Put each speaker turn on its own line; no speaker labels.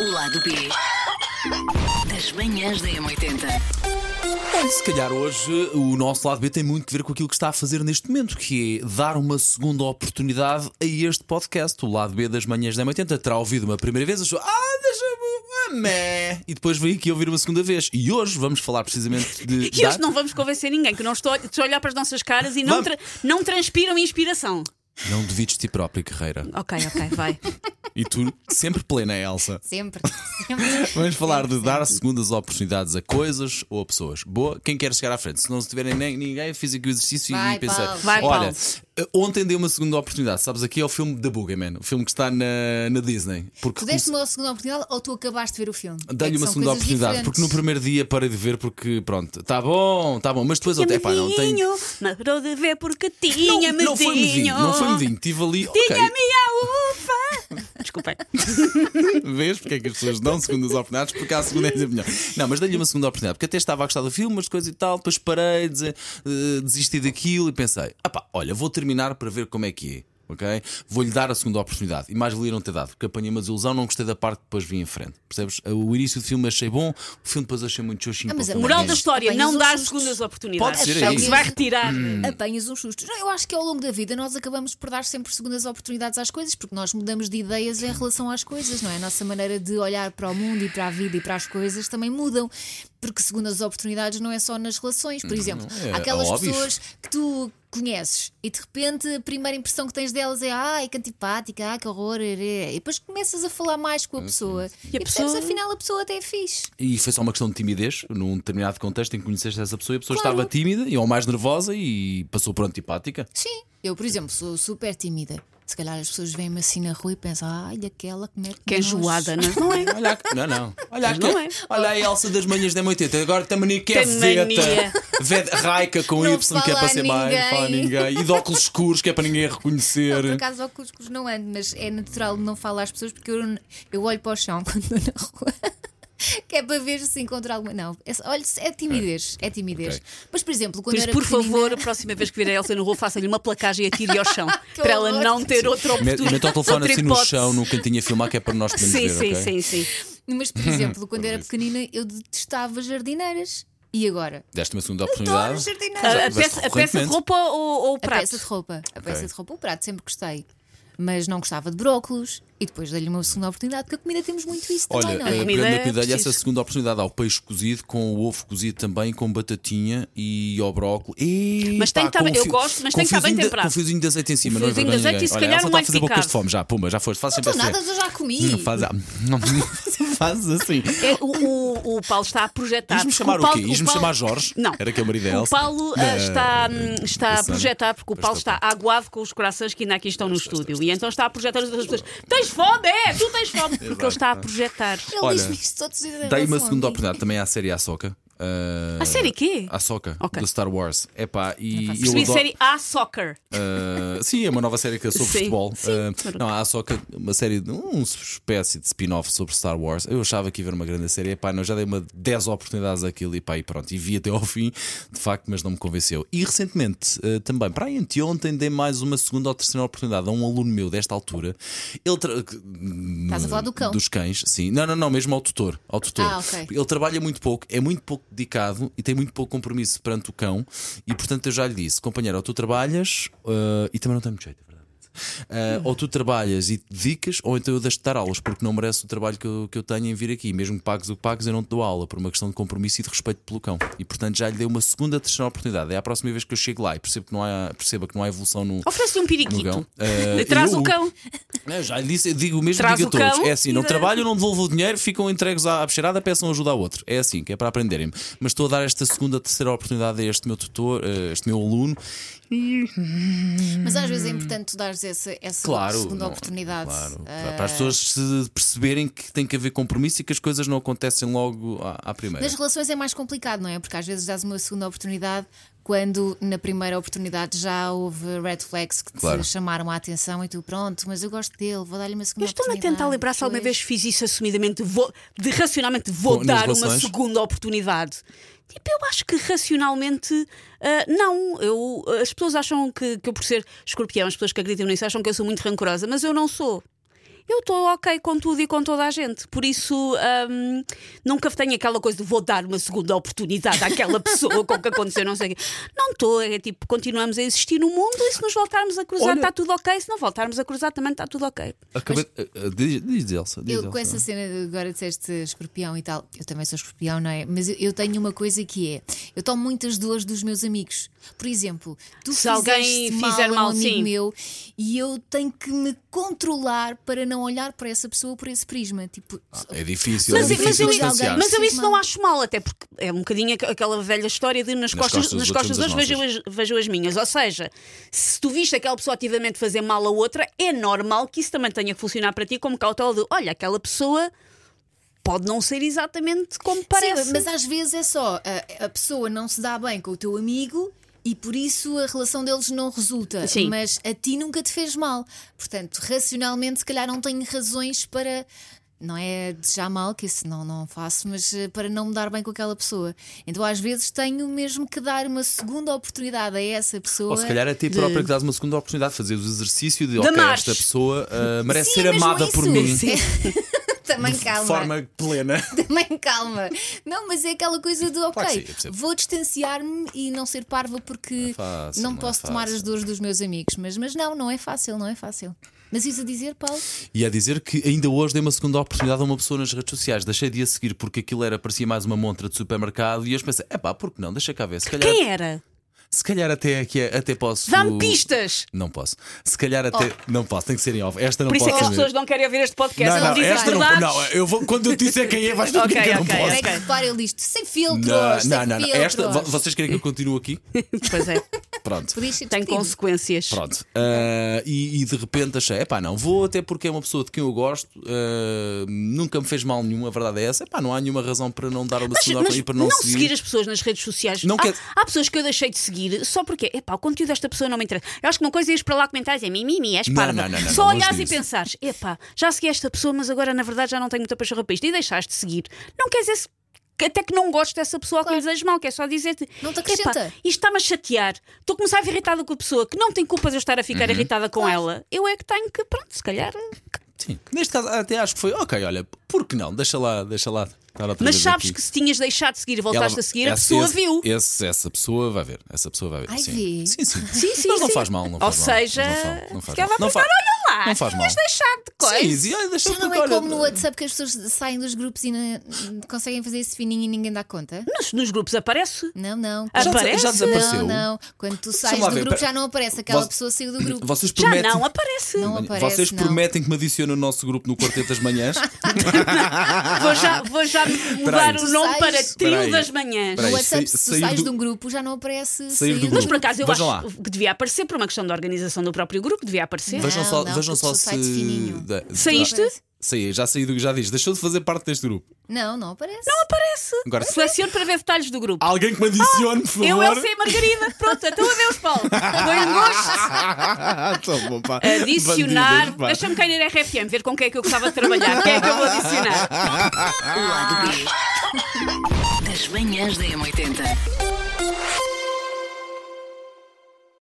O lado B das manhãs da M80.
Se calhar hoje o nosso lado B tem muito que ver com aquilo que está a fazer neste momento, que é dar uma segunda oportunidade a este podcast. O lado B das manhãs da M80 terá ouvido uma primeira vez, achou, ah, deixa-me, amé. E depois veio aqui ouvir uma segunda vez. E hoje vamos falar precisamente de.
Que
dar-
hoje não vamos convencer ninguém, que não estou, estou a olhar para as nossas caras e não,
Vamos.
tra- não transpiram inspiração.
Não duvides de ti própria, Carreira.
Ok, ok, vai.
E tu, sempre plena, Elsa.
Sempre, sempre.
Vamos falar de dar segundas oportunidades a coisas ou a pessoas. Boa, quem quer chegar à frente? Se não se tiverem nem, ninguém, fiz aqui o exercício e
Vai,
pensei.
Paulo.
Vai,
Olha,
Paulo.
eh, ontem dei uma segunda oportunidade. Sabes, aqui é o filme da Boogeyman, o filme que está na, na Disney. Porque
Tu deste uma segunda oportunidade ou tu acabaste de ver o filme?
Dei-lhe
É que
uma
são
segunda
coisas
oportunidade,
diferentes.
porque no primeiro dia parei de ver, porque pronto, tá bom, tá bom, mas depois até, pá, não tenho.
Amiguinho, Marou de ver porque
Não,
tinha
não foi medinho, não foi medinho, estive ali. ok.
Tinha-me a ufa. Desculpem.
Vês porque é que as pessoas dão segundas oportunidades? Porque a segunda é sempre melhor. Não, mas dei-lhe uma segunda oportunidade, porque até estava a gostar do filme, mas coisa e tal, depois parei, dese- eh, desisti daquilo e pensei: ah pá, olha, vou terminar para ver como é que é. Ok? Vou-lhe dar a segunda oportunidade. E mais valia não ter dado, porque apanhei uma desilusão, não gostei da parte que depois vi em frente. Percebes? Eh, O início do filme achei bom, o filme depois achei muito xoxinho.
Ah, mas
para o
a
filme.
Moral
Apanhas-
da história,
apanhas
não
uns
dar
sustos.
segundas oportunidades.
é um Pode ser,
é
é
o que
isso. Hum.
se vai retirar.
Apanhas uns sustos. Não, eu acho que ao longo da vida nós acabamos por dar sempre segundas oportunidades às coisas, porque nós mudamos de ideias em relação às coisas, não é? A nossa maneira de olhar para o mundo e para a vida e para as coisas também mudam. Porque segundas oportunidades não é só nas relações. Por exemplo,
é,
há aquelas
há hobbies.
pessoas que tu conheces e de repente a primeira impressão que tens delas é ai, que antipática, ah, que horror, erê." e depois começas a falar mais com a pessoa e,
E a
percebes,
pessoa-
afinal a pessoa até é fixe.
E foi só uma questão de timidez, num determinado contexto em que conheceste essa pessoa e a pessoa
Claro.
estava tímida e ou mais nervosa e passou por antipática.
Sim, eu, por exemplo, sou super tímida. Se calhar as pessoas veem-me assim na rua e pensam, ai, aquela que mete
Que é
nós."
enjoada, não não é?
Olha, a- não, não. Olha, a-
Não é.
olha a Elsa das manhãs da 80 Agora também que é
Tem
vedeta.
mania.
Veda raica com
Não
Y que é
fala
para
a
ser mais. Não fala a
ninguém.
ninguém. E de óculos escuros que é para ninguém
Não, por
reconhecer.
acaso, óculos escuros não ando, mas é natural não falar às pessoas porque eu, eu olho para o chão quando estou na rua. Que é para ver se encontro alguma. Não, é, só- olha, é timidez. É timidez.
Ok.
Mas, por exemplo, quando
Por
eu
isso,
era
por
pequenina-
favor, a próxima vez que vir a Elsa na rua, faça-lhe uma placagem e atire ao chão.
Que
para ela
horror.
não ter outra
Mete
oportunidade.
mete o telefone
outra
assim no
hipótese.
chão, no cantinho a filmar, que é para nós podermos
Sim,
ver.
sim,
ok?
sim, sim.
Mas, por exemplo, quando eu era pequenina, eu detestava jardineiras. E agora?
Deste uma segunda
Adoro
oportunidade.
jardineiras.
Ah, A, a
Vai-se
peça, a peça de
recorrentemente.
roupa ou, ou o
A
prato?
peça de roupa. A peça de roupa, o prato, sempre gostei. Mas não gostava de brócolos e depois dei-lhe uma segunda oportunidade, porque a comida temos muito isso
Olha,
também, não
eh,
é?
A
pegando
comida
na
é
comida, dei
preciso.
essa segunda oportunidade ao peixe cozido, com o ovo cozido também, com batatinha e ao brócolis. E,
Mas tem que estar- eu gosto, mas tem que estar bem temperado.
Com fiozinho de azeite em cima,
Um
não é
fiozinho
vergonha
de azeite
ninguém.
e se
Olha,
calhar
ela só
um
está a
alho
fazer bocas
picado.
de fome já, puma, já foste, faz sempre
Estou
assim.
Então, nada, eu já comi.
Faz, faz assim.
É, o, o- o Paulo está a projetar.
Ias-me chamar o
Tá, Paulo-
quê? Ias-me
Paulo-
chamar Jorge?
Não.
Era que é o marido da
O
Elsa.
Paulo ah, está, hum, está a
Pensando.
projetar, porque o
Pois
Paulo
está,
está aguado com os corações que ainda aqui estão no estúdio. E então está a projetar as outras pessoas. Tens fome? É, tu tens fome. Porque ele está a projetar.
Ele
Olha,
diz-me isto todos os dias
Dei
em
uma
relação a
segunda
mim.
oportunidade também à série Ahsoka. Ah,
A série quê?
Ahsoca,
Ok.
do Star Wars. Epá, e eu
Percebi
adoro-
série A Soccer.
Uh, sim, é uma nova série que é sobre
Sim,
futebol.
sim.
Uh, não, há só que uma série, de- uma espécie de spin-off sobre Star Wars. Eu achava que ia ver uma grande série. Epá, não, já dei uma 10 oportunidades àquilo e, pá, e pronto. E vi até ao fim, de facto, mas não me convenceu. E recentemente, uh, também, para aí anteontem, dei mais uma segunda ou terceira oportunidade a um aluno meu desta altura. Ele tra-
Estás a falar do cão.
Dos cães, sim. Não, não, não, mesmo ao tutor. Ao tutor.
Ah, ok.
Ele trabalha muito pouco, é muito pouco dedicado e tem muito pouco compromisso perante o cão. E portanto eu já lhe disse, companheiro, ou tu trabalhas eh, e também não tem muito jeito, é verdade. Eh, ou tu trabalhas e te dedicas, ou então eu deixo-te dar aulas, porque não merece o trabalho que eu, que eu tenho em vir aqui. Mesmo que pagues o que pagues, eu não te dou aula, por uma questão de compromisso e de respeito pelo cão. E portanto já lhe dei uma segunda, terceira oportunidade. É a próxima vez que eu chego lá e percebo que não há, perceba que não há evolução no,
Oferece-lhe um
No cão.
periquito.
Oh,
Eh,
Traz
eu-
o cão.
eu É, já lhe disse, eu digo o mesmo
Traz
digo a
o cão
todos. É assim, não
e-
trabalho, não devolvo o dinheiro, ficam entregues à à bexerada, peçam ajuda ao outro. É assim, que é para aprenderem. Mas estou a dar esta segunda, terceira oportunidade a este meu tutor, a este meu aluno.
Mas às vezes é importante tu dares essa, essa
Claro.
segunda
não-
oportunidade.
claro,
Ah,
para as pessoas se perceberem que tem que haver compromisso e que as coisas não acontecem logo à, à primeira.
nas relações é mais complicado, não é? Porque às vezes dás uma segunda oportunidade quando na primeira oportunidade já houve red flags que te
Claro.
chamaram a atenção e tu, pronto, mas eu gosto dele, vou dar-lhe uma segunda
Eu estou-me a
oportunidade.
tentar lembrar se alguma
Pois.
vez fiz isso assumidamente, vou, de racionalmente vou
Com- nas
dar uma
relações?
segunda oportunidade. Tipo, eu acho que racionalmente ah, não. Eu, as pessoas acham que, que eu, por ser escorpião, as pessoas que acreditam nisso acham que eu sou muito rancorosa, mas eu não sou. eu estou ok com tudo e com toda a gente. Por isso, hum, nunca tenho aquela coisa de vou dar uma segunda oportunidade àquela pessoa com que aconteceu, não sei o quê. Não estou, é tipo, continuamos a existir no mundo e se nos voltarmos a cruzar
Olha-
está tudo ok, se não voltarmos a cruzar também está tudo ok.
Acabei... eh, eh, Diz, diz Elsa. Diz
Eu,
Elsa.
com essa cena, de agora disseste escorpião e tal, eu também sou escorpião, não é? Mas eu, eu tenho uma coisa que é: eu tomo muitas dores dos meus amigos. Por exemplo, tu
Se alguém
fizeste
fizer
mal,
mal,
a um amigo
sim.
meu e eu tenho que me controlar para não olhar para essa pessoa por esse prisma. Tipo,
É difícil,
Mas-
é difícil
mas eu-
distanciar-se.
Mas eu
Sim,
isso
mal.
não acho mal, até porque é um bocadinho aqu- aquela velha história de nas, costas,
costas dos
nas
outros
costas
temos
dos
as
vejo, as, vejo as minhas. Ou seja, se tu viste aquela pessoa ativamente fazer mal a outra, é normal que isso também tenha que funcionar para ti como cautela de olha, aquela pessoa pode não ser exatamente como parece.
Sim, mas às vezes é só a, a pessoa não se dá bem com o teu amigo e por isso a relação deles não resulta.
Sim.
Mas a ti nunca te fez mal. Portanto, racionalmente, se calhar não tenho razões para. Não é desejar mal, que isso não, não faço, mas eh, para não me dar bem com aquela pessoa. Então, às vezes, tenho mesmo que dar uma segunda oportunidade a essa pessoa.
Ou se calhar é a ti própria que dás uma segunda oportunidade de fazer o exercício de, ok,
marcha.
esta pessoa ah, merece
Sim,
ser
é mesmo
amada por
isso.
mim
Sim. Também
de
calma.
forma plena.
Também calma. Não, mas é aquela coisa de ok,
Claro que sim, eu percebo.
vou distanciar-me e não ser parva porque
é fácil,
não
não é
posso tomar
fácil.
as dores dos meus amigos. Mas, mas não, não é fácil, não é fácil. Mas isso a dizer, Paulo?
E a dizer que ainda hoje dei uma segunda oportunidade a uma pessoa nas redes sociais. Deixei de a seguir porque aquilo era, parecia mais uma montra de supermercado. E eu pensei, é pá, por que não? Deixa cá ver. Se calhar,
Quem era?
se calhar até, aqui, até posso.
Dá-me pistas!
Não posso. Se calhar até. Não posso, tem que ser em off. Esta não
Oh. Por isso é
posso
que as
saber.
pessoas não querem ouvir este podcast.
Não,
elas
não,
dizem as
esta não,
verdades.
não, é- eu vou, quando eu disser quem é, vais ver
Ok,
que eu não
ok, é
posso.
Como é que
ok.
repara ele isto? Sem filtros,
Não,
sem
não, não, não.
filtros.
Esta, vo- vocês querem que eu continue aqui?
Pois é,
Pronto.
Podias ser
tem
despedido.
consequências.
Pronto. Ah, e, e de repente achei, epá, não, vou até porque é uma pessoa de quem eu gosto, ah, nunca me fez mal nenhum, a verdade é essa, epá, não há nenhuma razão para não dar uma
Mas,
segunda oportunidade
mas
e para
não,
não,
seguir. as pessoas nas redes sociais.
Não
há,
quer-
há pessoas que eu deixei de seguir só porque epá, o conteúdo desta pessoa não me interessa. Eu acho que uma coisa é ires para lá comentar e dizer mimimi, és
Não,
parva.
não, não, não,
só
não,
olhares
longe
e
disso.
pensares, epá, já segui esta pessoa, mas agora na verdade já não tenho muita paixão para isto. E deixaste de seguir. Não quer dizer se- que até que não gosto dessa pessoa ou que lhe desejo mal, quer só dizer-te
Não te
"Epá,
acrescenta."
isto está-me a chatear. Estou a começar a ficar irritada com a pessoa que não tem culpa de eu estar a ficar
Uhum.
irritada com ela. Eu é que tenho que, pronto, se calhar.
Sim. Neste caso, até acho que foi, ok, olha, por que não? Deixa lá, deixa lá. estar outra
Mas
vez
sabes
aqui.
que se tinhas deixado de seguir e voltaste
Ela-
a seguir, a
esse-
pessoa
esse- é-
viu.
esse- essa pessoa vai ver. Essa pessoa vai ver.
Ai,
sim.
vi.
sim, sim.
Sim, sim,
Mas não
sim.
faz mal, não
Ou
faz mal.
seja,
Mas não faz- não faz
se calhar
mal.
vai
Não
pensar,
faz-
olha lá,
não faz
tinhas
mal.
deixado de coisa.
Sim, sim, olha, deixa
Já não é
porque, olha, eh,
como no WhatsApp que as pessoas saem dos grupos e na- conseguem fazer esse fininho e ninguém dá conta?
Nos, nos grupos aparece.
Não, não.
Ah,
Já-
Quando-
já
desapareceu?
Não, não. Quando tu
Deixa-me
sais
lá
do
ver,
grupo
pera-
já não aparece. Aquela
Vo-
pessoa saiu do grupo.
Vocês
Já
prometem.
não aparece.
Não aparece,
Vocês
não.
prometem que me adicionam no nosso grupo no Quarteto das Manhãs? Ah,
Vou já, vou já mudar
aí.
o nome
Tu sais-
para
Espera
Trio
aí.
das Manhãs.
Espera aí.
No WhatsAi-
sair-
se tu
sair
sais
do-
de um grupo, já não aparece.
Sair do
Mas
grupo.
por acaso eu
Vejam
acho
lá.
que devia aparecer por uma questão de organização do próprio grupo, devia aparecer.
Vejam só,
não,
vejam
porque
só
tu sai de
se.
fininho.
da-
Saíste?
Aparece.
Saí, já saí do já diz, deixou de fazer parte deste grupo.
Não, não aparece.
Aparece.
Agora-
Seleciono para ver detalhes do grupo.
Alguém que me adicione, por favor.
Eu, Elsa e a Margarida. Pronto, então adeus, Paulo. Foi um gosto
Ah, Tão bom, pá.
adicionar.
Bandidas, pá.
Deixa-me cair na RFM, ver com quem é que eu gostava de trabalhar. Quem é que eu vou adicionar?
O lado B das manhãs da M80.